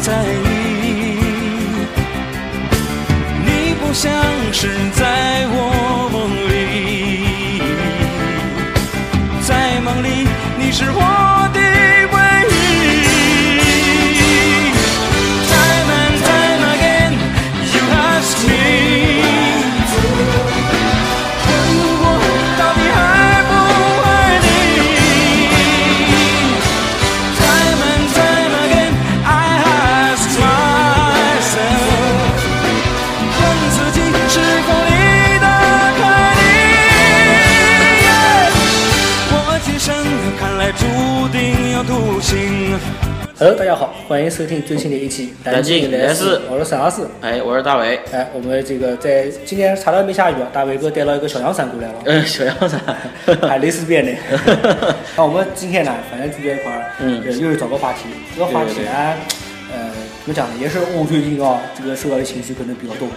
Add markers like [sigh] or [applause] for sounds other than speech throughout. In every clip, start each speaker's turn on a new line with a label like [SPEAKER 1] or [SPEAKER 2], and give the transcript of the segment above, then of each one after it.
[SPEAKER 1] 在意，你不像是在我梦里，在梦里你是我的唯一。Time and time again, you ask me。问我到底爱不爱你？Time and time again, I ask myself，问自己是否离得开你？我今生看来注定要独行。
[SPEAKER 2] Hello，大家好，欢迎收听最新的一期
[SPEAKER 3] 南京来
[SPEAKER 2] 四
[SPEAKER 3] 四，
[SPEAKER 2] 我是沈老师。
[SPEAKER 3] 哎，我是大伟。 [laughs]
[SPEAKER 2] 哎，我们这个在今天查到没下雨啊？大伟哥带了一个小阳伞过来了，
[SPEAKER 3] 嗯，小杨伞。 [laughs]
[SPEAKER 2] 还蕾丝边的。那我们今天呢，反正聚在一块儿，
[SPEAKER 3] 嗯
[SPEAKER 2] 呃又是找个话题。这个话题呢，呃，怎么讲呢？也是我最近啊，这个受到的情绪可能比较多，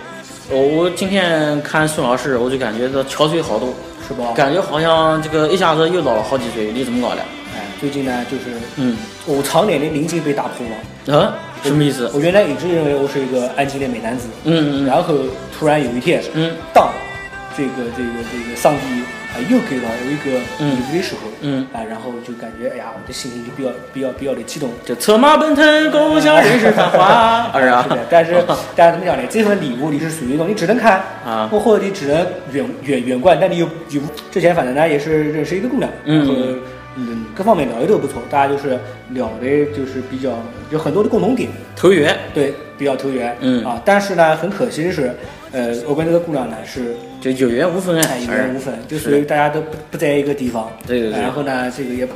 [SPEAKER 3] 我我今天看孙老师，我就感觉这憔悴好多，
[SPEAKER 2] 是吧？
[SPEAKER 3] 感觉好像这个一下子又老了好几岁，你怎么搞的？
[SPEAKER 2] 哎，最近呢，就是
[SPEAKER 3] 嗯，
[SPEAKER 2] 我常年的宁静被打破了。
[SPEAKER 3] 啊，什么意思？
[SPEAKER 2] 我原来一直认为我是一个安静的美男子，
[SPEAKER 3] 嗯嗯
[SPEAKER 2] 然后突然有一天，
[SPEAKER 3] 嗯，
[SPEAKER 2] 当这个这个这个上帝啊、又给了我一个礼物的时候，
[SPEAKER 3] 嗯
[SPEAKER 2] 啊、然后就感觉哎呀，我的心情就比较比较比较的激动。
[SPEAKER 3] 这策马奔腾，共享人世繁华，
[SPEAKER 2] [laughs]
[SPEAKER 3] 是
[SPEAKER 2] 是的
[SPEAKER 3] 啊，，
[SPEAKER 2] 但
[SPEAKER 3] [laughs]
[SPEAKER 2] 是但是怎么讲呢？这份礼物你是属于一种，你只能看
[SPEAKER 3] 啊
[SPEAKER 2] 或或者你只能远远远观，但你又有之前反正呢也是认识一个姑娘，
[SPEAKER 3] 嗯
[SPEAKER 2] 然后嗯各方面聊的都不错，大家就是聊的就是比较有很多的共同点，
[SPEAKER 3] 投缘。
[SPEAKER 2] 对，比较投缘，
[SPEAKER 3] 嗯
[SPEAKER 2] 啊，但是呢，很可惜的是，呃，我跟这个姑娘呢是
[SPEAKER 3] 就有缘无分
[SPEAKER 2] 哎
[SPEAKER 3] 哎，
[SPEAKER 2] 有缘无分，就属于大家都不不在一个地方，
[SPEAKER 3] 对对对
[SPEAKER 2] 然后呢，这个也就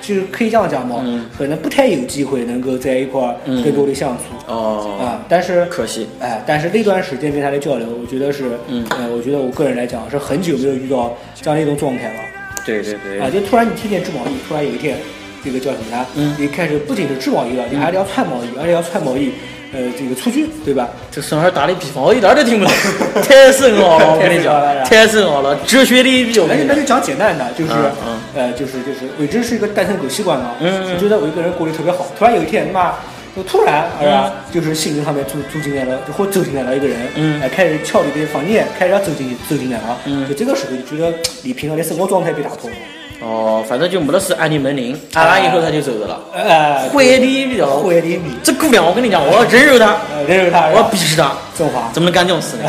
[SPEAKER 2] 就是可以这样讲嘛，
[SPEAKER 3] 嗯
[SPEAKER 2] 可能不太有机会能够在一块儿
[SPEAKER 3] 嗯
[SPEAKER 2] 更多的相处、
[SPEAKER 3] 哦，
[SPEAKER 2] 啊，但是。
[SPEAKER 3] 可惜。
[SPEAKER 2] 哎，但是那段时间跟他的交流，我觉得是，
[SPEAKER 3] 嗯
[SPEAKER 2] 呃，我觉得我个人来讲是很久没有遇到这样的一种状态了。
[SPEAKER 3] 对对对
[SPEAKER 2] 啊，，就突然你天天织毛衣，突然有一天，这个叫什么呢？
[SPEAKER 3] 嗯
[SPEAKER 2] 你开始不仅是织毛衣了，你还得要穿毛衣，而且要穿毛衣，呃，这个出去，对吧？
[SPEAKER 3] 这孙老师打的比方我一点儿都听
[SPEAKER 2] [laughs]
[SPEAKER 3] 不懂，太深奥了，我跟你讲，太深奥了，哲学的一逼，我
[SPEAKER 2] 那就
[SPEAKER 3] 跟你
[SPEAKER 2] 哎那
[SPEAKER 3] 讲。
[SPEAKER 2] 就讲简单的，就是
[SPEAKER 3] 嗯嗯，
[SPEAKER 2] 呃，就是就是，我一直是一个单身狗习惯嘛，
[SPEAKER 3] 嗯嗯
[SPEAKER 2] 就觉得我一个人过得特别好。突然有一天，妈，就突然，哎呀，就是心灵上面住住进来了，就或走进来了一个人，
[SPEAKER 3] 嗯
[SPEAKER 2] 哎，开始敲你的房间，开始要走进走进来了，
[SPEAKER 3] 嗯
[SPEAKER 2] 就这个时候就觉得你平常的生活状态被打破了，
[SPEAKER 3] 哦，反正就没得事按你门铃，按完以后他就走的了。
[SPEAKER 2] 呃，
[SPEAKER 3] 坏的比较，
[SPEAKER 2] 啊会的你，
[SPEAKER 3] 这姑娘我跟你讲，我要真揉她，
[SPEAKER 2] 呃，认识他，
[SPEAKER 3] 我
[SPEAKER 2] 然
[SPEAKER 3] 要
[SPEAKER 2] 后
[SPEAKER 3] 鄙视她，
[SPEAKER 2] 中华。
[SPEAKER 3] 怎么能干这种
[SPEAKER 2] [laughs]
[SPEAKER 3] 事呢？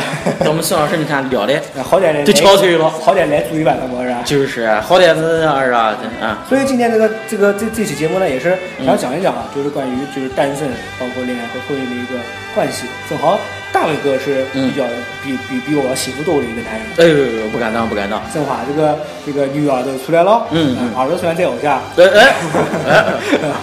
[SPEAKER 3] 我们孙老师你看聊的，
[SPEAKER 2] 哎好歹来
[SPEAKER 3] 就憔悴了
[SPEAKER 2] 好歹来住一晚了嘛，是吧？
[SPEAKER 3] 就是啊好歹是二啊，这啊，
[SPEAKER 2] 所以今天这个这个这这期节目呢，也是
[SPEAKER 3] 嗯
[SPEAKER 2] 想讲一讲啊，就是关于就是单身包括恋爱和婚姻的一个关系。正好大伟哥是
[SPEAKER 3] 嗯
[SPEAKER 2] 比较、比比比我要幸福多的一个男人。
[SPEAKER 3] 哎呦呦，呦不敢当不敢当，
[SPEAKER 2] 正好这个这个女儿都出来了，啊
[SPEAKER 3] 嗯嗯
[SPEAKER 2] 儿子虽然在我家，
[SPEAKER 3] 哎哎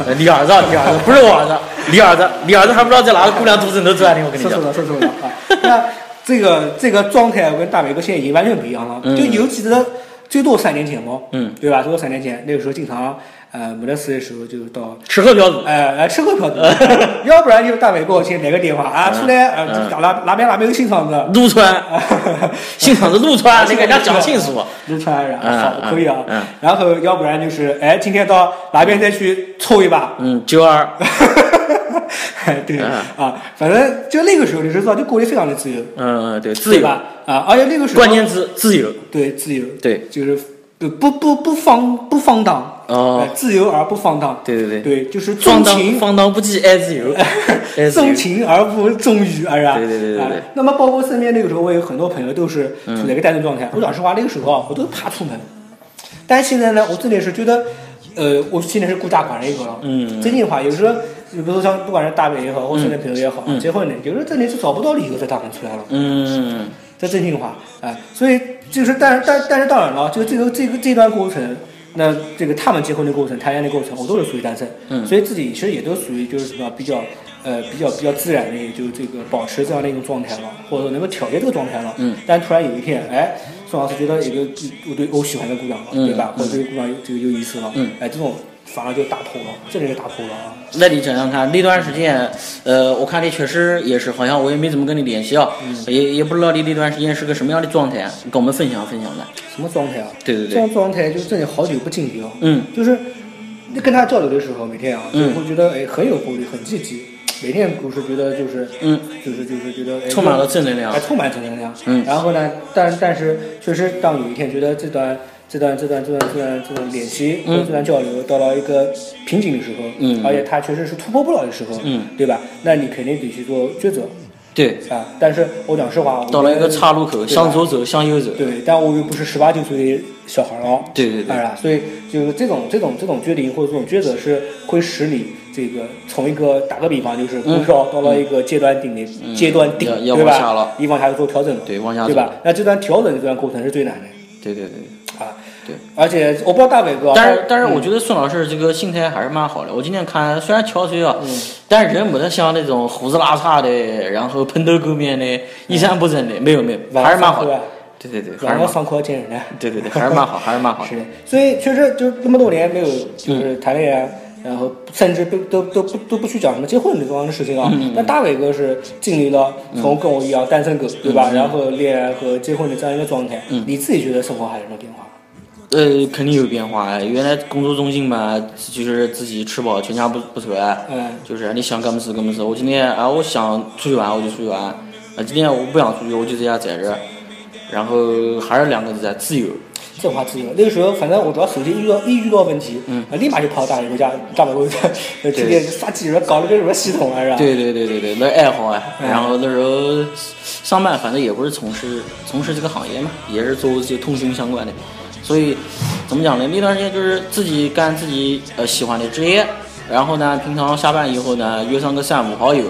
[SPEAKER 3] 哎，你儿子
[SPEAKER 2] [laughs]
[SPEAKER 3] 你儿子不是我儿子，你儿子你儿子还不知道在哪个姑娘肚子里头钻呢，我跟你
[SPEAKER 2] 说
[SPEAKER 3] 讲
[SPEAKER 2] 错。 [laughs] 了说错了啊。那这个这个状态我跟大伟哥现在已经完全不一样了，
[SPEAKER 3] 嗯
[SPEAKER 2] 就尤其是最多三年前嘛，
[SPEAKER 3] 嗯，
[SPEAKER 2] 对吧？最多三年前那个时候经常呃没得事的时候就到。
[SPEAKER 3] 吃喝嫖赌，
[SPEAKER 2] 哎，哎，吃喝嫖赌，要不然就是大伟给我去来个电话啊，
[SPEAKER 3] 嗯
[SPEAKER 2] 出来啊，
[SPEAKER 3] 嗯啊
[SPEAKER 2] 哪哪哪边哪边有新厂子，
[SPEAKER 3] 撸串，现场是撸
[SPEAKER 2] [laughs]
[SPEAKER 3] 串，你给人家讲清楚。
[SPEAKER 2] 撸串然
[SPEAKER 3] 嗯
[SPEAKER 2] 后好
[SPEAKER 3] 嗯
[SPEAKER 2] 可以啊
[SPEAKER 3] 嗯，
[SPEAKER 2] 然后要不然就是哎，今天到哪边再去凑一把， [laughs]
[SPEAKER 3] 嗯，九二，
[SPEAKER 2] 对
[SPEAKER 3] 嗯
[SPEAKER 2] 啊，反正就那个时候你知道，就过得非常的自由，
[SPEAKER 3] 嗯，对，自
[SPEAKER 2] 对
[SPEAKER 3] 由，
[SPEAKER 2] 吧？啊，而且那个时候
[SPEAKER 3] 关键字自由，
[SPEAKER 2] 对自由，
[SPEAKER 3] 对，
[SPEAKER 2] 就是不不不不放不放荡，
[SPEAKER 3] 哦
[SPEAKER 2] 哎，自由而不放荡，
[SPEAKER 3] 对对对，
[SPEAKER 2] 对，就是纵
[SPEAKER 3] 放荡
[SPEAKER 2] 情
[SPEAKER 3] 放荡不羁，爱自
[SPEAKER 2] [laughs]
[SPEAKER 3] 由，爱自由
[SPEAKER 2] 纵，情而不纵欲，哎呀，
[SPEAKER 3] 呃对对对对对
[SPEAKER 2] 啊
[SPEAKER 3] 嗯
[SPEAKER 2] 那么包括身边那个时候，我有很多朋友都是处在一个单身状态。我讲实话，那个时候啊，我都怕出门，但是现在呢，我真的是觉得，呃，我现在是孤家寡人一个了。
[SPEAKER 3] 嗯
[SPEAKER 2] 真心话，有时候，比如说像不管是大北也好，或身边朋友也好，
[SPEAKER 3] 嗯
[SPEAKER 2] 结婚的，有时候真的是找不到理由再大门出来了。
[SPEAKER 3] 嗯，
[SPEAKER 2] 这真心话，哎、所以就是，但是但但是当然了，就这个这个这段过程，那这个他们结婚的过程、谈恋爱的过程，我都是属于单身，
[SPEAKER 3] 嗯
[SPEAKER 2] 所以自己其实也都属于就是什么比较呃比较比较自然的，也就这个保持这样的一种状态了，或者能够调节这个状态了，
[SPEAKER 3] 嗯，
[SPEAKER 2] 但突然有一天，哎，宋老师觉得有个我对我喜欢的姑娘了，
[SPEAKER 3] 嗯
[SPEAKER 2] 对吧？
[SPEAKER 3] 嗯
[SPEAKER 2] 或者这个姑娘有这个有意思了，
[SPEAKER 3] 嗯
[SPEAKER 2] 哎，这种反而就打破了，真的是打破了啊，
[SPEAKER 3] 那你想想看，那段时间，呃，我看你确实也是，好像我也没怎么跟你联系啊，也也不知道你那段时间是个什么样的状态，啊跟我们分享分享呗。
[SPEAKER 2] 什么状态啊？
[SPEAKER 3] 对对
[SPEAKER 2] 这
[SPEAKER 3] 对，
[SPEAKER 2] 种状态就真的好久不进去了。
[SPEAKER 3] 嗯
[SPEAKER 2] 就是你跟他交流的时候，每天啊，就
[SPEAKER 3] 嗯
[SPEAKER 2] 会觉得哎很有活力，很积极，每天故事觉得就是
[SPEAKER 3] 嗯，
[SPEAKER 2] 就是就是觉得哎
[SPEAKER 3] 充满了正能量
[SPEAKER 2] 还。充满正能量。
[SPEAKER 3] 嗯
[SPEAKER 2] 然后呢，但但是确实，当有一天觉得这段这段这段这段这段这段练习和这段交流到了一个瓶颈的时候，
[SPEAKER 3] 嗯
[SPEAKER 2] 而且它确实是突破不了的时候，
[SPEAKER 3] 嗯，
[SPEAKER 2] 对吧？那你肯定得去做抉择
[SPEAKER 3] 对，
[SPEAKER 2] 啊。但是我讲实话，我觉得
[SPEAKER 3] 到了一个岔路口，
[SPEAKER 2] 对吧
[SPEAKER 3] 向左走，向右走。
[SPEAKER 2] 对，但我又不是十八九岁的小孩儿了，
[SPEAKER 3] 对对对
[SPEAKER 2] 哎呀，所以就是这种这种这种决定或者这种抉择是会使你这个从一个打个比方就是股票到了一个阶段顶的、阶段顶，
[SPEAKER 3] 嗯要要
[SPEAKER 2] 对
[SPEAKER 3] 往下
[SPEAKER 2] 吧
[SPEAKER 3] 了？
[SPEAKER 2] 你往下做调整了，
[SPEAKER 3] 对往下
[SPEAKER 2] 对
[SPEAKER 3] 走
[SPEAKER 2] 吧？那这段调整这段过程是最难的
[SPEAKER 3] 对对对。
[SPEAKER 2] 啊。
[SPEAKER 3] 对，
[SPEAKER 2] 而且我不知道大伟哥，
[SPEAKER 3] 但是但是我
[SPEAKER 2] 嗯
[SPEAKER 3] 觉得孙老师这个心态还是蛮好的。我今天看虽然憔悴啊，但是人没得像那种胡子拉碴的，然后蓬头垢面的，一山不整的，没有没有，还是蛮好
[SPEAKER 2] 晚上上课
[SPEAKER 3] 的
[SPEAKER 2] 啊。
[SPEAKER 3] 对对对，还
[SPEAKER 2] 晚上
[SPEAKER 3] 是蛮好。
[SPEAKER 2] 上课见人啊呢。
[SPEAKER 3] 对对对，还是蛮好，还是蛮好
[SPEAKER 2] 是
[SPEAKER 3] 的。
[SPEAKER 2] 的，所以确实就那么多年没有就是谈恋爱，啊然后甚至都都都不都不去讲什么结婚这方面的事情啊。但大伟哥是经历了从跟我一样单身狗对吧，然后恋爱和结婚的这样一个状态，你自己觉得生活还有什么变化？
[SPEAKER 3] 呃，肯定有变化。原来工作中心嘛，就是自己吃饱，全家不不愁啊。
[SPEAKER 2] 嗯
[SPEAKER 3] 就是你想干么事干么事。我今天啊，我想出去玩我就出去玩，啊，今天我不想出去我就在家宅着。然后还是两个字啊，自由。
[SPEAKER 2] 这话自由。那个时候，反正我主要手机一遇到一遇到问题，嗯，立马就跑到大伟哥家，大伟哥家呃直接杀鸡人搞了个什么系统啊，是吧？
[SPEAKER 3] 对对对对对，那爱好啊。
[SPEAKER 2] 嗯
[SPEAKER 3] 然后那时候上班，反正也不是从事从事这个行业嘛，也是做这通讯相关的。所以怎么讲呢？那段时间就是自己干自己呃喜欢的职业，然后呢，平常下班以后呢，约上个三五好友。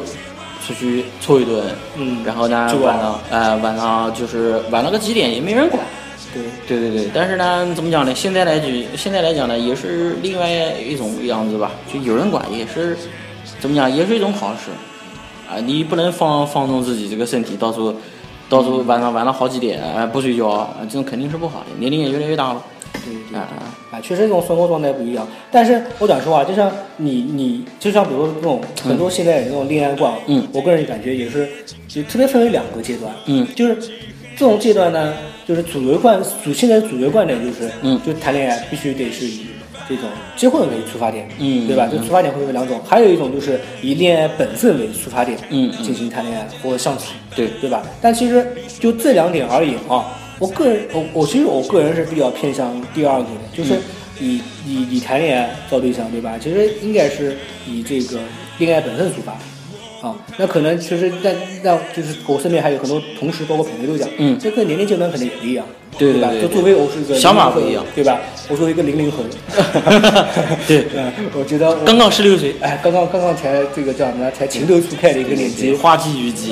[SPEAKER 3] 出去搓一顿，
[SPEAKER 2] 嗯
[SPEAKER 3] 然后呢
[SPEAKER 2] 就，
[SPEAKER 3] 晚上，呃，晚上就是晚了个几点也没人管，
[SPEAKER 2] 对，
[SPEAKER 3] 对对对，但是呢，怎么讲呢？现在来讲，现在来讲呢，也是另外一种样子吧。就有人管，也是怎么讲，也是一种好事啊。你不能放放纵自己这个身体，到处到处晚上玩到好几点，啊不睡觉，啊这种肯定是不好的。年龄也越来越大了，
[SPEAKER 2] 对对。
[SPEAKER 3] 啊，
[SPEAKER 2] 啊，确实这种生活状态不一样。但是我讲实话，就像你你就像比如说这种很多现在人这种恋爱观，
[SPEAKER 3] 嗯
[SPEAKER 2] 我个人感觉也是，就特别分为两个阶段，
[SPEAKER 3] 嗯，
[SPEAKER 2] 就是这种阶段呢，就是主流观主现在主流观点就是，
[SPEAKER 3] 嗯
[SPEAKER 2] 就谈恋爱必须得是以这种结婚为出发点，
[SPEAKER 3] 嗯
[SPEAKER 2] 对吧？就
[SPEAKER 3] 嗯
[SPEAKER 2] 出发点会有两种，还有一种就是以恋爱本身为出发点，
[SPEAKER 3] 嗯嗯
[SPEAKER 2] 进行谈恋爱或者相处，
[SPEAKER 3] 对
[SPEAKER 2] 对吧？但其实就这两点而言啊，我个人我我其实我个人是比较偏向第二个的，就是
[SPEAKER 3] 嗯
[SPEAKER 2] 以、以以谈恋爱找对象，对吧？其实应该是以这个恋爱本身出发。啊，那可能其实那那就是我身边还有很多同事，包括朋友都讲，
[SPEAKER 3] 嗯
[SPEAKER 2] 这个年龄阶段可能也不一样，
[SPEAKER 3] 对对
[SPEAKER 2] 吧？
[SPEAKER 3] 对
[SPEAKER 2] 就
[SPEAKER 3] 对
[SPEAKER 2] 作为我是一个
[SPEAKER 3] 想法
[SPEAKER 2] 00后
[SPEAKER 3] 不一样，
[SPEAKER 2] 对吧？我作为一个零零后，
[SPEAKER 3] [laughs] 对
[SPEAKER 2] [laughs] 嗯，我觉得我
[SPEAKER 3] 刚刚十六岁，
[SPEAKER 2] 哎，刚刚刚刚才这个叫什么呢？才情窦初开的一个年纪，
[SPEAKER 3] 花季雨
[SPEAKER 2] [laughs]
[SPEAKER 3] 季。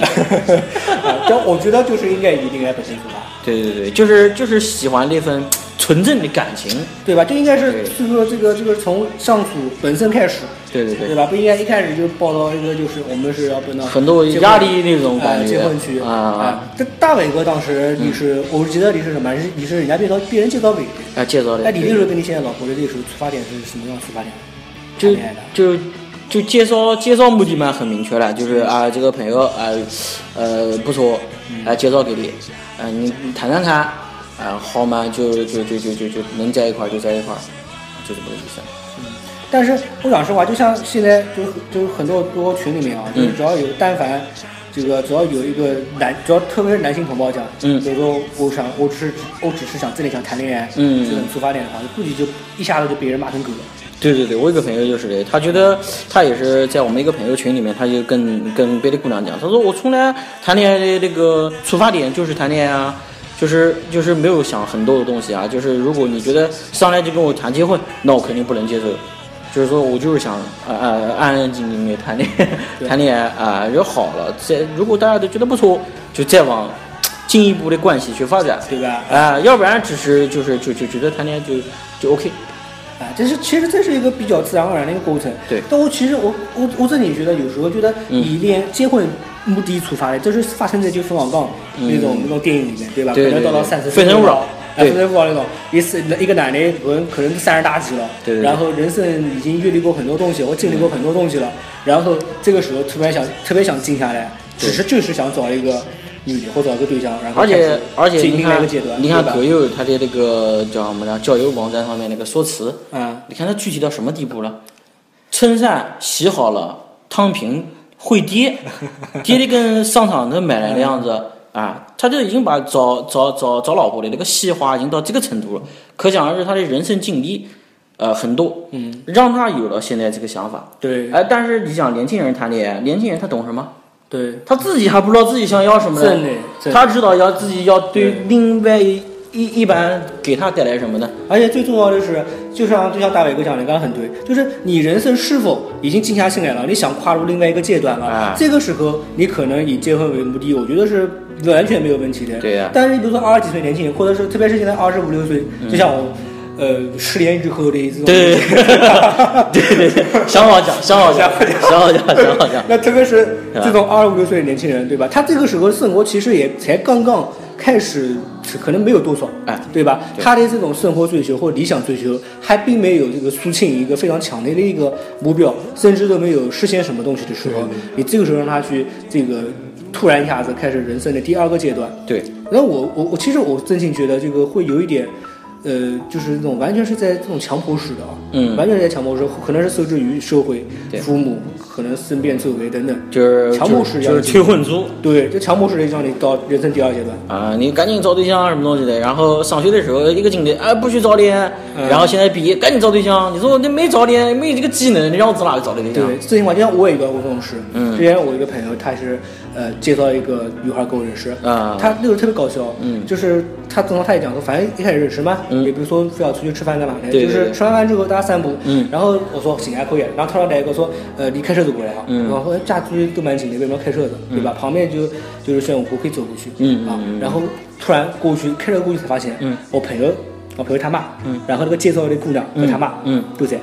[SPEAKER 2] 啊但我觉得就是应该以恋爱本身出发，
[SPEAKER 3] 对对对，就是就是喜欢那份纯正的感情。
[SPEAKER 2] 对吧？就应该是
[SPEAKER 3] 对
[SPEAKER 2] 就是说这个这个从相处本身开始，
[SPEAKER 3] 对对
[SPEAKER 2] 对
[SPEAKER 3] 对，
[SPEAKER 2] 吧？不应该一开始就报到一个就是我们是要奔到
[SPEAKER 3] 很多
[SPEAKER 2] 结婚
[SPEAKER 3] 压力那种
[SPEAKER 2] 哎
[SPEAKER 3] 感觉
[SPEAKER 2] 结婚去
[SPEAKER 3] 啊。嗯
[SPEAKER 2] 哎这大伟哥当时你是，我记得你是什么？是你是人家介绍别人介绍伟的。
[SPEAKER 3] 啊，介绍的。
[SPEAKER 2] 那你
[SPEAKER 3] 对
[SPEAKER 2] 那时候跟你现在老婆的那时候出发点是什么样的出发点？
[SPEAKER 3] 就
[SPEAKER 2] 谈恋爱的
[SPEAKER 3] 就就介绍介绍目的嘛，很明确了，就是啊，这个朋友啊，呃，不错，
[SPEAKER 2] 嗯
[SPEAKER 3] 啊，介绍给你，啊，你你谈谈看，啊，好嘛，就就就就就就能在一块儿就在一块儿，就这么个意思。
[SPEAKER 2] 但是我讲实话，就像现在就是就是很多多群里面啊，
[SPEAKER 3] 嗯
[SPEAKER 2] 就是只要有但凡这个只要有一个男，只要特别是男性同胞讲，
[SPEAKER 3] 嗯
[SPEAKER 2] 比如说我想我只是我只是想真的想谈恋爱，
[SPEAKER 3] 嗯
[SPEAKER 2] 这种出发点的话，估计就一下子就被人骂成狗了。
[SPEAKER 3] 对对对，我有个朋友就是的，他觉得他也是在我们一个朋友群里面，他就跟跟别的姑娘讲，他说我从来谈恋爱的那个出发点就是谈恋爱啊，就是就是没有想很多的东西啊，就是如果你觉得上来就跟我谈结婚，那我肯定不能接受。就是说我就是想呃呃安安静静的谈恋爱， [laughs]
[SPEAKER 2] 对
[SPEAKER 3] 谈恋爱啊、就好了。再如果大家都觉得不错，就再往进一步的关系去发展，
[SPEAKER 2] 对吧
[SPEAKER 3] 啊、要不然只是就是就就觉得谈恋爱就就 OK。
[SPEAKER 2] 啊，这是其实这是一个比较自然而然的一个过程。
[SPEAKER 3] 对嗯
[SPEAKER 2] 但我其实我我我自己觉得有时候觉得以恋结婚目的出发的，就是发生在就冯小刚那种那种电影里面，对吧？
[SPEAKER 3] 嗯对
[SPEAKER 2] 可能
[SPEAKER 3] 对
[SPEAKER 2] 到了
[SPEAKER 3] 对
[SPEAKER 2] 三十，
[SPEAKER 3] 非诚勿扰
[SPEAKER 2] 哎，
[SPEAKER 3] 对
[SPEAKER 2] 非诚勿扰那种，一次一个男的可能可能三十大几了，
[SPEAKER 3] 对对对
[SPEAKER 2] 然后人生已经阅历过很多东西，或经历过很多东西
[SPEAKER 3] 嗯
[SPEAKER 2] 了，然后这个时候突然想特别想静下来，只是就是想找一个女的或找一个对象，然后
[SPEAKER 3] 而
[SPEAKER 2] 开
[SPEAKER 3] 且
[SPEAKER 2] 始
[SPEAKER 3] 而且
[SPEAKER 2] 进
[SPEAKER 3] 你
[SPEAKER 2] 另外一
[SPEAKER 3] 看
[SPEAKER 2] 个阶段，
[SPEAKER 3] 你看
[SPEAKER 2] 对吧
[SPEAKER 3] 葛优他的那个叫什么呢？交友网站上面那个说辞，
[SPEAKER 2] 啊，
[SPEAKER 3] 你看他具体到什么地步了？衬衫洗好了，烫平
[SPEAKER 2] [laughs]
[SPEAKER 3] 会跌，跌的跟商场能买来的样子
[SPEAKER 2] 嗯
[SPEAKER 3] 啊，他就已经把找找找找老婆的那个细化已经到这个程度了，可想而知他的人生境地，呃，很多，嗯，让他有了现在这个想法。
[SPEAKER 2] 对
[SPEAKER 3] 哎，但是你想年轻人谈恋爱，年轻人他懂什么？
[SPEAKER 2] 对，
[SPEAKER 3] 他自己还不知道自己想要什么呢
[SPEAKER 2] 真的真的
[SPEAKER 3] 他知道要自己要对另外一一一般给他带来什么呢？
[SPEAKER 2] 而且最重要的是，就像就像大伟哥讲的，刚刚很对，就是你人生是否已经静下心来了，你想跨入另外一个阶段了，
[SPEAKER 3] 哎
[SPEAKER 2] 这个时候你可能以结婚为目的，我觉得是完全没有问题的。
[SPEAKER 3] 对呀
[SPEAKER 2] 但是你比如说二十几岁年轻人，或者是特别是现在二十五六岁，就像我，呃，十年之后的这种，
[SPEAKER 3] 嗯对 [laughs]
[SPEAKER 2] [laughs]
[SPEAKER 3] 对对对，想好讲，想好讲，想好讲，想好讲。
[SPEAKER 2] 那特别是
[SPEAKER 3] 吧
[SPEAKER 2] 这种二十五六岁的年轻人，对吧？他这个时候生活其实也才刚刚开始，可能没有多少，
[SPEAKER 3] 哎
[SPEAKER 2] 对吧？
[SPEAKER 3] 对
[SPEAKER 2] 他的这种生活追求或理想追求，还并没有这个肃清一个非常强烈的一个目标，甚至都没有实现什么东西的时候，你这个时候让他去这个突然一下子开始人生的第二个阶段，
[SPEAKER 3] 对，
[SPEAKER 2] 然后我我我其实我真心觉得这个会有一点，呃，就是那种完全是在这种强迫式的啊，
[SPEAKER 3] 嗯
[SPEAKER 2] 完全是在强迫式，可能是受制于社会、
[SPEAKER 3] 对
[SPEAKER 2] 父母，可能身边周围等等，
[SPEAKER 3] 就是
[SPEAKER 2] 强迫式
[SPEAKER 3] 就
[SPEAKER 2] 要
[SPEAKER 3] 是
[SPEAKER 2] 求
[SPEAKER 3] 催婚族
[SPEAKER 2] 对，就强迫式的让你到人生第二阶段，
[SPEAKER 3] 啊，你赶紧找对象什么东西的。然后上学的时候一个劲的，哎，不许早恋。
[SPEAKER 2] 嗯
[SPEAKER 3] 然后现在毕业，赶紧找对象。你说你没早恋，没有这个技能，你让我从哪里找的对象？
[SPEAKER 2] 对，最近话就像我有一个工程师，
[SPEAKER 3] 嗯
[SPEAKER 2] 之前我一个朋友，他是呃介绍一个女孩给我认识，
[SPEAKER 3] 啊
[SPEAKER 2] 他那个特别搞笑，嗯，就是他总共他也讲说，反正一开始认识嘛，
[SPEAKER 3] 嗯
[SPEAKER 2] 也不是说非要出去吃饭干嘛的，
[SPEAKER 3] 对对
[SPEAKER 2] 就是
[SPEAKER 3] 对
[SPEAKER 2] 吃完饭之后大家散步，
[SPEAKER 3] 嗯
[SPEAKER 2] 然后我说行还可以，然后他说来一个说，呃，你开车走过来啊，
[SPEAKER 3] 嗯
[SPEAKER 2] 然后家住都蛮近的，为什么要开车子，对吧？旁边就就是玄武湖可以走过去，
[SPEAKER 3] 嗯
[SPEAKER 2] 啊
[SPEAKER 3] 嗯嗯，
[SPEAKER 2] 然后突然过去开车过去才发现，
[SPEAKER 3] 嗯，
[SPEAKER 2] 我朋友，我朋友他妈，嗯，然后那个介绍的姑娘和他妈，
[SPEAKER 3] 嗯嗯
[SPEAKER 2] 都在。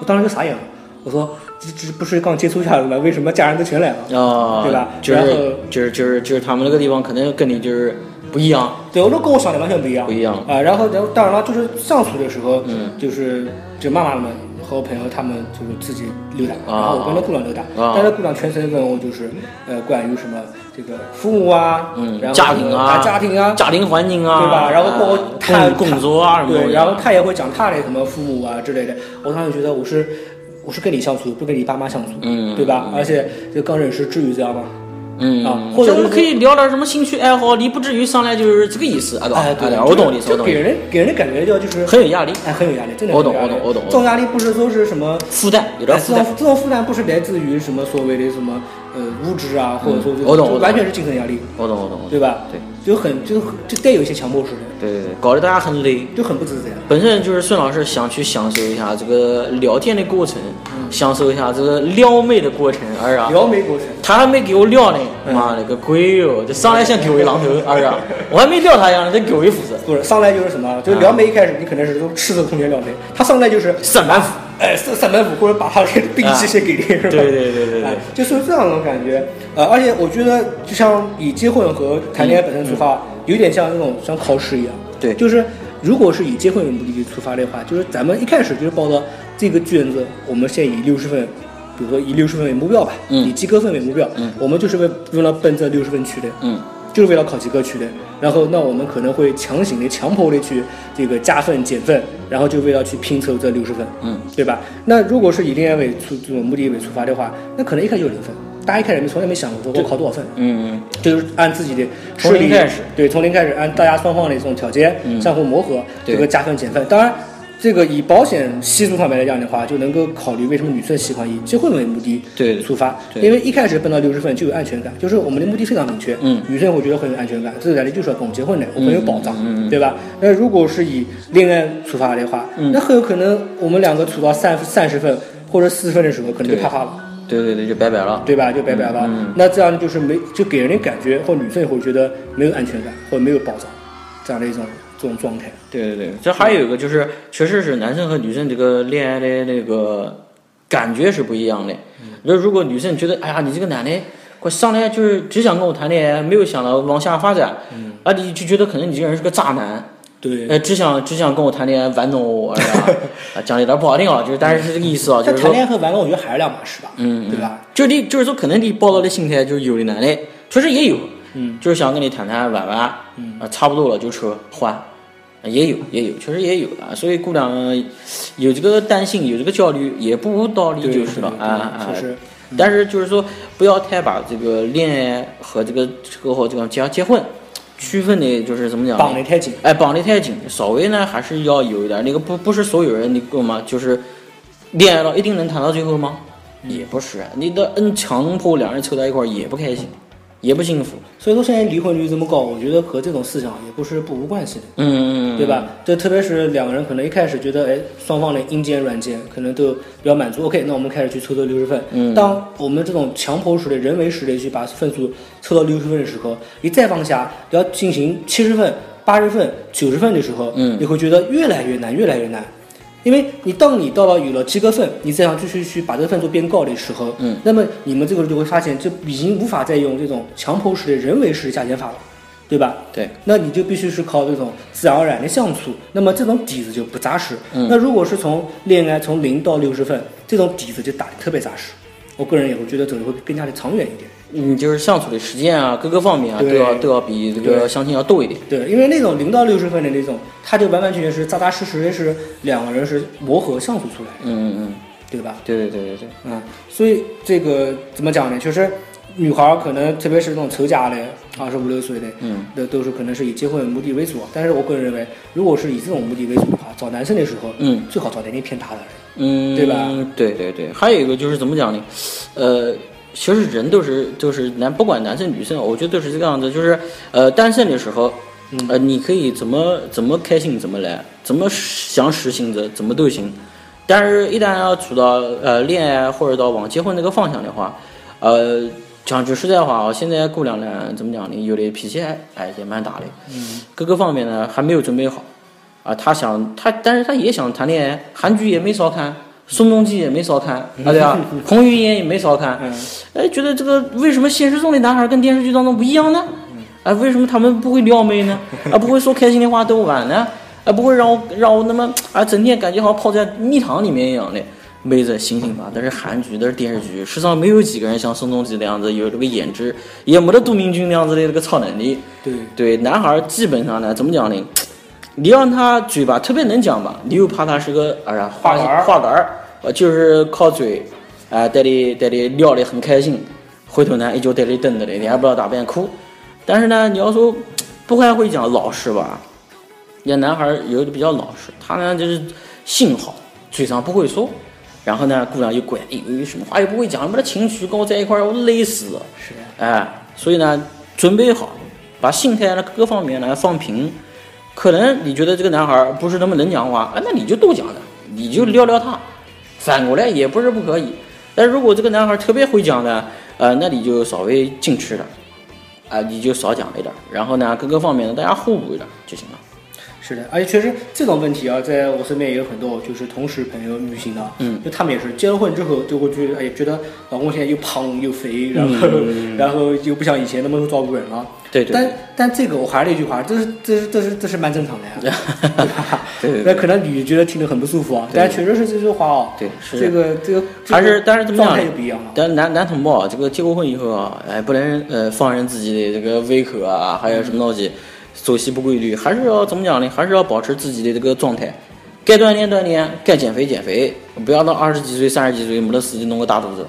[SPEAKER 2] 我当时就傻眼了，我说这这不是刚接触一下子吗？为什么家人都全来了？
[SPEAKER 3] 啊，
[SPEAKER 2] 对吧
[SPEAKER 3] 就
[SPEAKER 2] 然后
[SPEAKER 3] 是就是就是就是他们那个地方可能跟你就是不一样。
[SPEAKER 2] 对，我说跟我想的完全不一样，
[SPEAKER 3] 不一样
[SPEAKER 2] 啊、然后，然后当然了，就是上学的时候，
[SPEAKER 3] 嗯，
[SPEAKER 2] 就是就妈妈们和我朋友他们就是自己溜达，
[SPEAKER 3] 啊
[SPEAKER 2] 然后我跟着姑娘溜达，
[SPEAKER 3] 啊
[SPEAKER 2] 但是姑娘全程问我就是呃关于什么这个父母啊，
[SPEAKER 3] 嗯
[SPEAKER 2] 然后
[SPEAKER 3] 家庭啊
[SPEAKER 2] 家庭啊，
[SPEAKER 3] 家庭环境啊，
[SPEAKER 2] 对吧？然后包括
[SPEAKER 3] 呃
[SPEAKER 2] 他
[SPEAKER 3] 工工作啊什么东
[SPEAKER 2] 对，
[SPEAKER 3] 西，
[SPEAKER 2] 然后他也会讲他的什么父母啊之类的。我当时觉得我是我是跟你相处，不跟你爸妈相处，
[SPEAKER 3] 嗯
[SPEAKER 2] 对吧？而且就刚认识，至于这样吗？
[SPEAKER 3] 嗯，
[SPEAKER 2] 啊
[SPEAKER 3] 就
[SPEAKER 2] 或者
[SPEAKER 3] 我们
[SPEAKER 2] 是
[SPEAKER 3] 可以聊点什么兴趣爱好，你不至于上来就是这个意思啊，对吧？
[SPEAKER 2] 哎对，
[SPEAKER 3] 我懂你意
[SPEAKER 2] 你
[SPEAKER 3] 思，我懂
[SPEAKER 2] 给
[SPEAKER 3] 你意思，
[SPEAKER 2] 人给人的感觉叫就是
[SPEAKER 3] 很有压力，
[SPEAKER 2] 哎很有压力，真的
[SPEAKER 3] 我懂
[SPEAKER 2] 很有压力
[SPEAKER 3] 我懂我懂我
[SPEAKER 2] 这种压力不是说是什么。
[SPEAKER 3] 负担有点
[SPEAKER 2] 哎这
[SPEAKER 3] 负
[SPEAKER 2] 种
[SPEAKER 3] 担。
[SPEAKER 2] 这种负担不是来自于什么所谓的什么呃物质啊，或者说就
[SPEAKER 3] 嗯我懂我
[SPEAKER 2] 就
[SPEAKER 3] 懂
[SPEAKER 2] 完全是精神压力，
[SPEAKER 3] 我懂，我懂，我懂。
[SPEAKER 2] 对吧？
[SPEAKER 3] 对，
[SPEAKER 2] 就很就很就带有一些强迫式的，
[SPEAKER 3] 对对对，搞得大家很累。
[SPEAKER 2] 就很不自在。
[SPEAKER 3] 本身就是孙老师想去享受一下这个聊天的过程，享受一下这个撩妹的过程，哎呀，
[SPEAKER 2] 撩妹过程，
[SPEAKER 3] 他还没给我撩呢，妈了个鬼哟！这上来先给我一榔头，哎呀，我还没撩他呀，再给我一斧子，
[SPEAKER 2] 不是上来就是什么，
[SPEAKER 3] 啊
[SPEAKER 2] 就是撩妹一开始你可能是都赤子空拳撩妹，他上来就是
[SPEAKER 3] 三板斧。啊
[SPEAKER 2] 哎三三板斧或者把他的 [laughs] 兵器先给你，是吧？
[SPEAKER 3] 对对对对对
[SPEAKER 2] 哎，就是这样一种感觉。呃，而且我觉得就像以结婚和谈恋爱本身出发，有点像那种像考试一样。
[SPEAKER 3] 嗯对
[SPEAKER 2] 就是如果是以结婚为目的出发的话，就是咱们一开始就是抱着这个卷子，我们先以六十分。比如说以六十分为目标吧，
[SPEAKER 3] 嗯
[SPEAKER 2] 以及格分为目标，
[SPEAKER 3] 嗯
[SPEAKER 2] 我们就是为为了奔这六十分去的，
[SPEAKER 3] 嗯，
[SPEAKER 2] 就是为了考及格去的。然后，那我们可能会强行的、强迫的去这个加分、减分，然后就为了去拼凑这六十分，
[SPEAKER 3] 嗯，
[SPEAKER 2] 对吧？那如果是以恋爱为出这种目的为出发的话，那可能一开始就零分，大家一开始没从来没想过说我考多少分，
[SPEAKER 3] 嗯，
[SPEAKER 2] 就是按自己的
[SPEAKER 3] 从
[SPEAKER 2] 实力
[SPEAKER 3] 零开始，嗯
[SPEAKER 2] 对，从零开始按大家双方的这种条件、相互磨合，
[SPEAKER 3] 对
[SPEAKER 2] 这个加分减分。当然，这个以保险习俗上面来讲的话，就能够考虑为什么女生喜欢以结婚为目的
[SPEAKER 3] 对
[SPEAKER 2] 出发，
[SPEAKER 3] 对
[SPEAKER 2] 因为一开始奔到六十分就有安全感，就是我们的目的非常明确，
[SPEAKER 3] 嗯
[SPEAKER 2] 女生会觉得很有安全感，这个男的就是要跟我结婚的，我很有保障，
[SPEAKER 3] 嗯嗯嗯
[SPEAKER 2] 对吧？那如果是以恋爱出发的话，那很有可能我们两个处到三三十分或者四十分的时候，可能就
[SPEAKER 3] 对
[SPEAKER 2] 啪啪了。
[SPEAKER 3] 对对对，就拜拜了。
[SPEAKER 2] 对吧？就拜
[SPEAKER 3] 嗯
[SPEAKER 2] 拜了。那这样就是没，就给人的感觉，或女生也会觉得没有安全感，或者没有保障，这样的一种这种状态。
[SPEAKER 3] 对对对，这还有一个就是，确实是男生和女生这个恋爱的那个感觉是不一样的。那、如果女生觉得，哎呀，你这个男的，我上来就是只想跟我谈恋爱，没有想到往下发展，啊，你就觉得可能你这个人是个渣男，
[SPEAKER 2] 对，
[SPEAKER 3] 呃，只想只想跟我谈恋爱玩弄我，哎呀， [laughs] 啊，讲的有点不好听啊，就是但是是这个
[SPEAKER 2] [laughs]
[SPEAKER 3] 意思啊，就
[SPEAKER 2] 但
[SPEAKER 3] 是
[SPEAKER 2] 谈
[SPEAKER 3] 说，
[SPEAKER 2] 恋爱和玩乐，我觉得还是两码事吧，
[SPEAKER 3] 嗯，
[SPEAKER 2] 对吧？
[SPEAKER 3] 就是你就是说，可能你抱着的心态就是有的男的确实也有，嗯，就是想跟你谈谈玩玩，嗯啊，差不多了就撤换，啊也有也有，确实也有啊。所以姑娘有这个担心，有这个焦虑，也不无道理
[SPEAKER 2] 对
[SPEAKER 3] 就是了
[SPEAKER 2] 对对
[SPEAKER 3] 啊啊
[SPEAKER 2] 确。实，嗯
[SPEAKER 3] 但是就是说，不要太把这个恋爱和这个这个和这个结结婚区分的，就是怎么讲呢？
[SPEAKER 2] 绑得太紧。
[SPEAKER 3] 哎，绑得太紧，稍微呢还是要有一点儿那个不不是所有人你够吗？就是恋爱了一定能谈到最后吗？也不是，你的嗯强迫两人凑在一块儿也不开心，也不幸福，
[SPEAKER 2] 所以说现在离婚率这么高，我觉得和这种思想也不是不无关系的。
[SPEAKER 3] 嗯，
[SPEAKER 2] 对？吧？就特别是两个人可能一开始觉得，哎，双方的硬件、软件可能都比较满足。OK，那我们开始去凑凑六十分。
[SPEAKER 3] 嗯
[SPEAKER 2] 当我们这种强迫式的、人为式的去把分数凑到六十分的时候，你再往下要进行七十分、八十分、九十分的时候，
[SPEAKER 3] 嗯
[SPEAKER 2] 你会觉得越来越难，越来越难。因为你当你到了有了及格分，你再想继续去把这个分数变高的时候，
[SPEAKER 3] 嗯，
[SPEAKER 2] 那么你们这个就会发现，就已经无法再用这种强迫式的人为式的加减法了，对吧？
[SPEAKER 3] 嗯对，
[SPEAKER 2] 那你就必须是靠这种自然而然的相处，那么这种底子就不扎实。那如果是从恋爱从零到六十分，这种底子就打得特别扎实。我个人也会觉得走得会更加的长远一点。
[SPEAKER 3] 你就是相处的时间啊，各个方面啊，都
[SPEAKER 2] 对
[SPEAKER 3] 要都要比这个
[SPEAKER 2] 对
[SPEAKER 3] 相亲要多一点。
[SPEAKER 2] 对，因为那种零到六十分的那种，他就完完全全是扎扎实实的是两个人是磨合相处出来的，
[SPEAKER 3] 嗯嗯嗯，
[SPEAKER 2] 对吧？
[SPEAKER 3] 对对对对对，
[SPEAKER 2] 嗯，所以这个怎么讲呢？就是女孩儿可能特别是这种愁嫁的，二十五六岁的，
[SPEAKER 3] 嗯，
[SPEAKER 2] 那都是可能是以结婚目的为主。但是我个人认为，如果是以这种目的为主的话，找男生的时候，
[SPEAKER 3] 嗯，
[SPEAKER 2] 最好找年龄偏大的人。
[SPEAKER 3] 嗯，
[SPEAKER 2] 对吧？
[SPEAKER 3] 对对对，还有一个就是怎么讲呢？呃，其实人都是都是男，不管男生女生，我觉得都是这个样子。就是呃，单身的时候，
[SPEAKER 2] 嗯
[SPEAKER 3] 呃，你可以怎么怎么开心怎么来，怎么想实行着怎么都行。但是，一旦要处到呃恋爱或者到往结婚那个方向的话，呃，讲句实在话啊，现在姑娘呢，怎么讲呢？有的脾气还哎也蛮大的，嗯，各个方面呢还没有准备好。啊，他想他，但是他也想谈恋爱，韩剧也没少看，宋仲基也没少看，啊对吧？彭于晏也没少看，
[SPEAKER 2] 嗯，
[SPEAKER 3] 哎，觉得这个为什么现实中的男孩跟电视剧当中不一样呢？哎，为什么他们不会撩妹呢？啊，不会说开心的话对我玩呢？啊，不会让我让我那么啊，整天感觉好像泡在蜜糖里面一样的。妹子，醒醒吧！那是韩剧，那是电视剧，世上没有几个人像宋仲基那样子有这个颜值，也没得杜明君那样子的这个超能力。
[SPEAKER 2] 对，
[SPEAKER 3] 对，男孩儿基本上呢，怎么讲呢？你让他嘴巴特别能讲吧，你又怕他是个哎呀
[SPEAKER 2] 话痨儿
[SPEAKER 3] 话痨儿，呃，就是靠嘴，哎、带你带你聊得很开心，回头呢一哎脚带你蹬着的，你还不知道打扮哭。但是呢，你要说不太会讲老实吧，人家男孩儿有的比较老实，他呢就是性好，嘴上不会说，然后呢姑娘又怪，哎呦什么话也不会讲，把他情绪跟我在一块儿，我累死了。
[SPEAKER 2] 是的。
[SPEAKER 3] 哎，所以呢，准备好，把心态呢各个方面呢放平。可能你觉得这个男孩儿不是那么能讲话，哎，那你就多讲他，你就撩撩他。反过来也不是不可以。但如果这个男孩儿特别会讲呢，呃，那你就稍微矜持点儿，啊、你就少讲一点儿。然后呢，各个方面呢，大家互补一点儿就行了。
[SPEAKER 2] 是的，而且确实这种问题啊，在我身边也有很多，就是同事朋友女性啊，
[SPEAKER 3] 嗯，
[SPEAKER 2] 就她们也是结了婚之后就会觉得，哎呀，觉得老公现在又胖又肥，然后、 [laughs] 然后又不像以前那么会照顾人了。
[SPEAKER 3] 嗯对对
[SPEAKER 2] 但
[SPEAKER 3] 对
[SPEAKER 2] 但这个我还是那句话，这是这是这是这是蛮正常的
[SPEAKER 3] [laughs]
[SPEAKER 2] 呀，对吧？
[SPEAKER 3] 对对对
[SPEAKER 2] 那可能你觉得听着很不舒服啊，
[SPEAKER 3] 呃对
[SPEAKER 2] 但确实是这句话哦。
[SPEAKER 3] 对是
[SPEAKER 2] 这个这个
[SPEAKER 3] 还是
[SPEAKER 2] 这个
[SPEAKER 3] 但是怎么
[SPEAKER 2] 状
[SPEAKER 3] 讲
[SPEAKER 2] 态
[SPEAKER 3] 呢
[SPEAKER 2] 就不一样了。
[SPEAKER 3] 但男男同胞啊，这个结过婚以后啊，哎，不能呃放任自己的这个胃口啊，还有什么东西，作息不规律，还是要怎么讲呢？还是要保持自己的这个状态，该锻炼锻炼，该减肥减肥，不要到二十几岁、三十几岁没得事就弄个大肚子，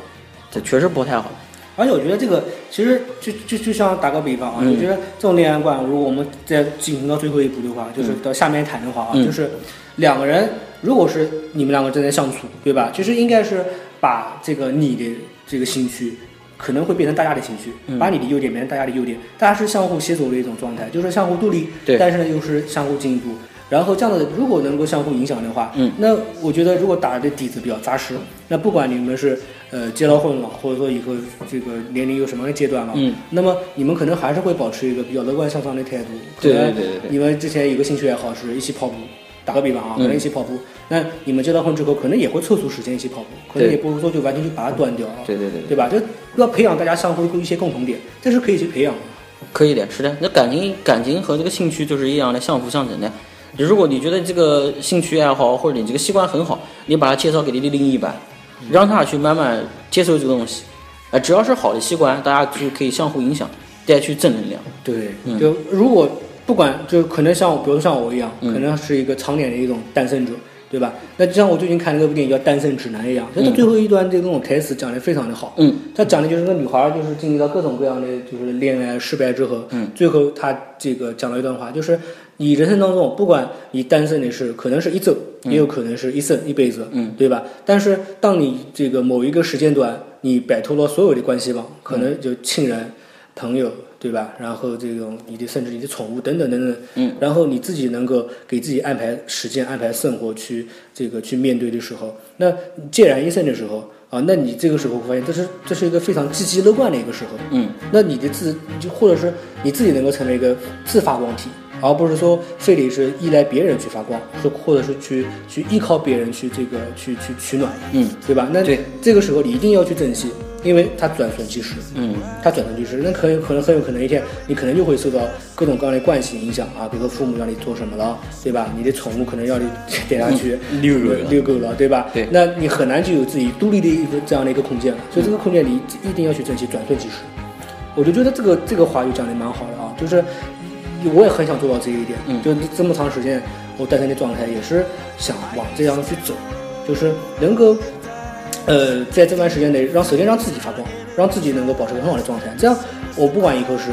[SPEAKER 3] 这确实不太好。
[SPEAKER 2] 而且我觉得这个其实就就就像打个比方啊，
[SPEAKER 3] 嗯
[SPEAKER 2] 我觉得这种恋爱观，如果我们再进行到最后一步的话，就是到下面谈的话啊，
[SPEAKER 3] 嗯
[SPEAKER 2] 就是两个人如果是你们两个正在相处，对吧？就是应该是把这个你的这个兴趣。可能会变成大家的兴趣，
[SPEAKER 3] 嗯
[SPEAKER 2] 把你的优点变成大家的优点，大家是相互协作的一种状态，就是相互助力，
[SPEAKER 3] 对
[SPEAKER 2] 但是呢又是相互进步。然后这样的如果能够相互影响的话，
[SPEAKER 3] 嗯，
[SPEAKER 2] 那我觉得如果打的底子比较扎实，那不管你们是呃结了婚了，或者说以后这个年龄有什么样的阶段了，
[SPEAKER 3] 嗯，
[SPEAKER 2] 那么你们可能还是会保持一个比较乐观向上的态度。
[SPEAKER 3] 对
[SPEAKER 2] 可能
[SPEAKER 3] 对对对对
[SPEAKER 2] 你们之前有个兴趣爱好是一起跑步。打个比方啊，
[SPEAKER 3] 嗯
[SPEAKER 2] 可能一起跑步，那你们结了婚之后，可能也会抽出时间一起跑步，可能
[SPEAKER 3] 对
[SPEAKER 2] 也不是说就完全就把它断掉了，
[SPEAKER 3] 对对对对，
[SPEAKER 2] 对吧？就要培养大家相互一些共同点，这是可以去培养的。
[SPEAKER 3] 可以的，是的。那感情感情和这个兴趣就是一样的，相辅相成的。如果你觉得这个兴趣爱好或者你这个习惯很好，你把它介绍给你的另一半，让他去慢慢接受这个东西。啊，只要是好的习惯，大家就可以相互影响，带去正能量。
[SPEAKER 2] 对，就嗯如果不管就可能像我，比如像我一样，可能是一个常年的一种单身者，对吧？那就像我最近看那部电影叫《单身指南》一样，它的最后一段这个那种台词讲的非常的好。
[SPEAKER 3] 嗯，
[SPEAKER 2] 它讲的就是个女孩儿就是经历到各种各样的就是恋爱失败之后，嗯，最后她这个讲了一段话，就是你人生当中，不管你单身的是可能是一周，也有可能是一生一辈子，嗯，对吧？但是当你这个某一个时间段，你摆脱了所有的关系网，可能就亲人、朋友，对吧？然后这种你的甚至你的宠物等等等等，嗯，然后你自己能够给自己安排时间、安排生活去这个去面对的时候，那孑然一身的时候啊，那你这个时候会发现，这是这是一个非常积极乐观的一个时候，
[SPEAKER 3] 嗯，
[SPEAKER 2] 那你的自就或者是你自己能够成为一个自发光体。而不是说非得是依赖别人去发光，是或者是去去依靠别人去这个去去取暖，
[SPEAKER 3] 嗯，
[SPEAKER 2] 对吧？那
[SPEAKER 3] 对
[SPEAKER 2] 这个时候你一定要去珍惜，因为它转瞬即逝，
[SPEAKER 3] 嗯，
[SPEAKER 2] 它转瞬即逝，那可有可能很有可能一天你可能就会受到各种各样的惯性影响啊，比如说父母让你做什么了，对吧？你的宠物可能要你带它去
[SPEAKER 3] 遛狗嗯了
[SPEAKER 2] 遛狗了，对吧？
[SPEAKER 3] 对嗯
[SPEAKER 2] 那你很难就有自己独立的一个这样的一个空间了，所以这个空间你一定要去珍惜，转瞬即逝。我就觉得这个这个话就讲的蛮好的啊，就是我也很想做到这一点，
[SPEAKER 3] 嗯
[SPEAKER 2] 就这么长时间我单身的状态也是想往这样去走，就是能够呃在这段时间内让首先让自己发光，让自己能够保持一个很好的状态，这样我不管以后是。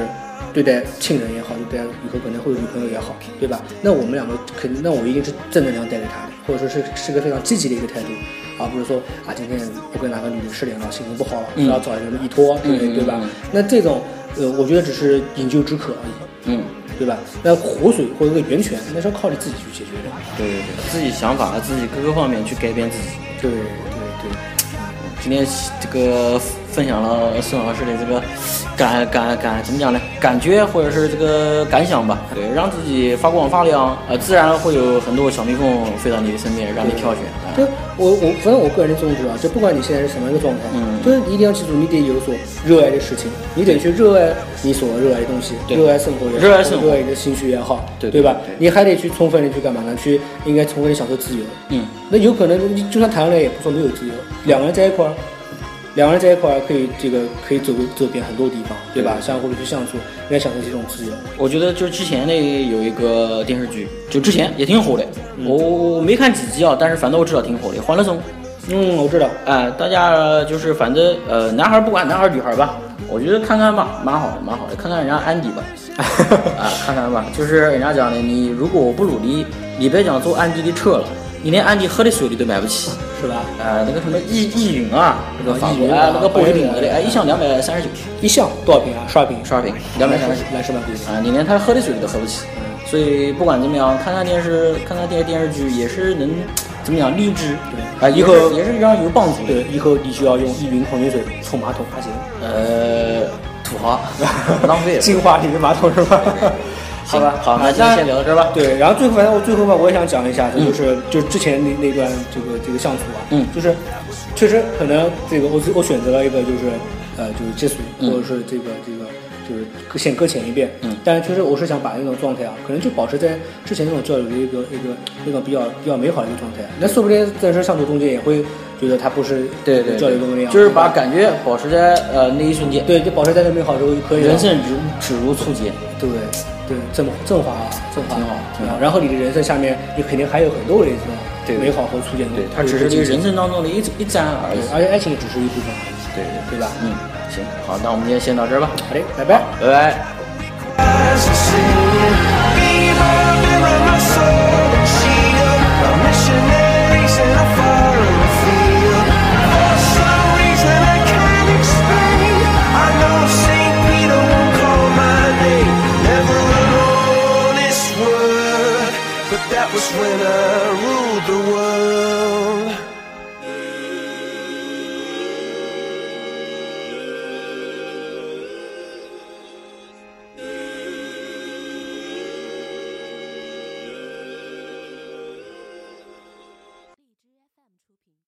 [SPEAKER 2] 对待亲人也好，对待以后可能会有女朋友也好，对吧？那我们两个肯定，那我一定是正能量带给她的，或者说是是个非常积极的一个态度，而不是说啊，今天我跟哪个女的失恋了，心情不好了，
[SPEAKER 3] 嗯
[SPEAKER 2] 然后找一个人依托之类，
[SPEAKER 3] 嗯嗯
[SPEAKER 2] 对吧？
[SPEAKER 3] 嗯
[SPEAKER 2] 那这种，呃，我觉得只是饮鸩止渴而已，
[SPEAKER 3] 嗯，
[SPEAKER 2] 对吧？那湖水或者一个源泉，那是要靠你自己去解决的。
[SPEAKER 3] 对对对，自己想法，自己各个方面去改变自己。
[SPEAKER 2] 对对对，
[SPEAKER 3] 今天这个分享了孙老师的这个感感感怎么讲呢？感觉或者是这个感想吧，对，让自己发光发亮，呃，自然会有很多小蜜蜂飞到你的身边，让你挑选。
[SPEAKER 2] 就我我反正我个人的宗旨啊，就不管你现在是什么一个状态，
[SPEAKER 3] 嗯
[SPEAKER 2] 就是你一定要记住，你得有所热爱的事情，你得去热爱你所热爱的东西，
[SPEAKER 3] 对
[SPEAKER 2] 热爱生活也好，
[SPEAKER 3] 热爱生活
[SPEAKER 2] 热爱你的兴趣也好，
[SPEAKER 3] 对
[SPEAKER 2] 对吧
[SPEAKER 3] 对对？
[SPEAKER 2] 你还得去充分的去干嘛呢？去应该充分的享受自由。
[SPEAKER 3] 嗯，
[SPEAKER 2] 那有可能就算谈恋爱也不说没有自由，两个人在一块儿，两个人在一块儿可以这个可以走走遍很多地方，对吧？相互的去相处，应该享受这种自由。
[SPEAKER 3] 我觉得就是之前那有一个电视剧，就之前也挺火的，我我没看几集啊，但是反正我知道挺火的，《欢乐颂》。
[SPEAKER 2] 嗯，我知道。
[SPEAKER 3] 哎、大家呃就是反正呃，男孩儿不管男孩儿女孩儿吧，我觉得看看吧，蛮好的，蛮好的，看看人家安迪吧，啊，看看吧，就是人家讲的，你如果我不努力，你别讲坐安迪的车了，你连安迪喝的水你都买不起。
[SPEAKER 2] 是吧？
[SPEAKER 3] 啊、那个什么易易云啊，那个
[SPEAKER 2] 啊
[SPEAKER 3] 法
[SPEAKER 2] 易
[SPEAKER 3] 国
[SPEAKER 2] 云
[SPEAKER 3] 哎
[SPEAKER 2] 啊
[SPEAKER 3] 那个保时捷
[SPEAKER 2] 保时
[SPEAKER 3] 的，
[SPEAKER 2] 捷
[SPEAKER 3] 哎，一箱两百三十九，
[SPEAKER 2] 一项多少瓶啊？十二瓶，
[SPEAKER 3] 十二瓶，两百三十九。
[SPEAKER 2] 来十万瓶。
[SPEAKER 3] 啊，你连他喝的水都喝不起。所以不管怎么样，看看电视，看看电电视剧也是能怎么讲励志，
[SPEAKER 2] 对
[SPEAKER 3] 啊，以后也是让有帮助的。
[SPEAKER 2] 对，以后你就要用一云矿泉水冲马桶爬行，
[SPEAKER 3] 呃，土 [laughs] 豪，浪费了。
[SPEAKER 2] 净化你的马桶是吧？好吧，
[SPEAKER 3] [laughs] 好，啊那今
[SPEAKER 2] 那
[SPEAKER 3] 天先聊到这儿吧。
[SPEAKER 2] 对，然后最后反正我最后吧，我也想讲一下，这就是、就是之前那那段这个这个相处啊，
[SPEAKER 3] 嗯
[SPEAKER 2] 就是确实可能这个我自我选择了一个就是呃就是接触
[SPEAKER 3] 嗯
[SPEAKER 2] 或者是这个这个。就是搁先搁浅一遍，
[SPEAKER 3] 嗯
[SPEAKER 2] 但是确实我是想把那种状态啊，可能就保持在之前那种交流的一个一个一个比较比较美好的一个状态。啊那说不定在这相处中间也会觉得它不是
[SPEAKER 3] 嗯对对
[SPEAKER 2] 交流中那
[SPEAKER 3] 对，
[SPEAKER 2] 样，
[SPEAKER 3] 就是
[SPEAKER 2] 对吧
[SPEAKER 3] 把感觉保持在呃那一瞬间，
[SPEAKER 2] 对，就保持在那美好之后就可以了。
[SPEAKER 3] 人生只只如初见。
[SPEAKER 2] 对对，正正华啊，正华
[SPEAKER 3] 挺好挺好
[SPEAKER 2] 然后你的人生下面，你肯定还有很多的这
[SPEAKER 3] 对
[SPEAKER 2] 种美好和初见的。
[SPEAKER 3] 对，它只是这个人，生当中的一一站而已
[SPEAKER 2] 对。而且爱情也只是一部分而已，
[SPEAKER 3] 对对，
[SPEAKER 2] 对吧？
[SPEAKER 3] 嗯，行，好，那我们今天先到这儿吧，
[SPEAKER 2] 好嘞，拜拜。
[SPEAKER 3] 拜拜。
[SPEAKER 1] eyes and see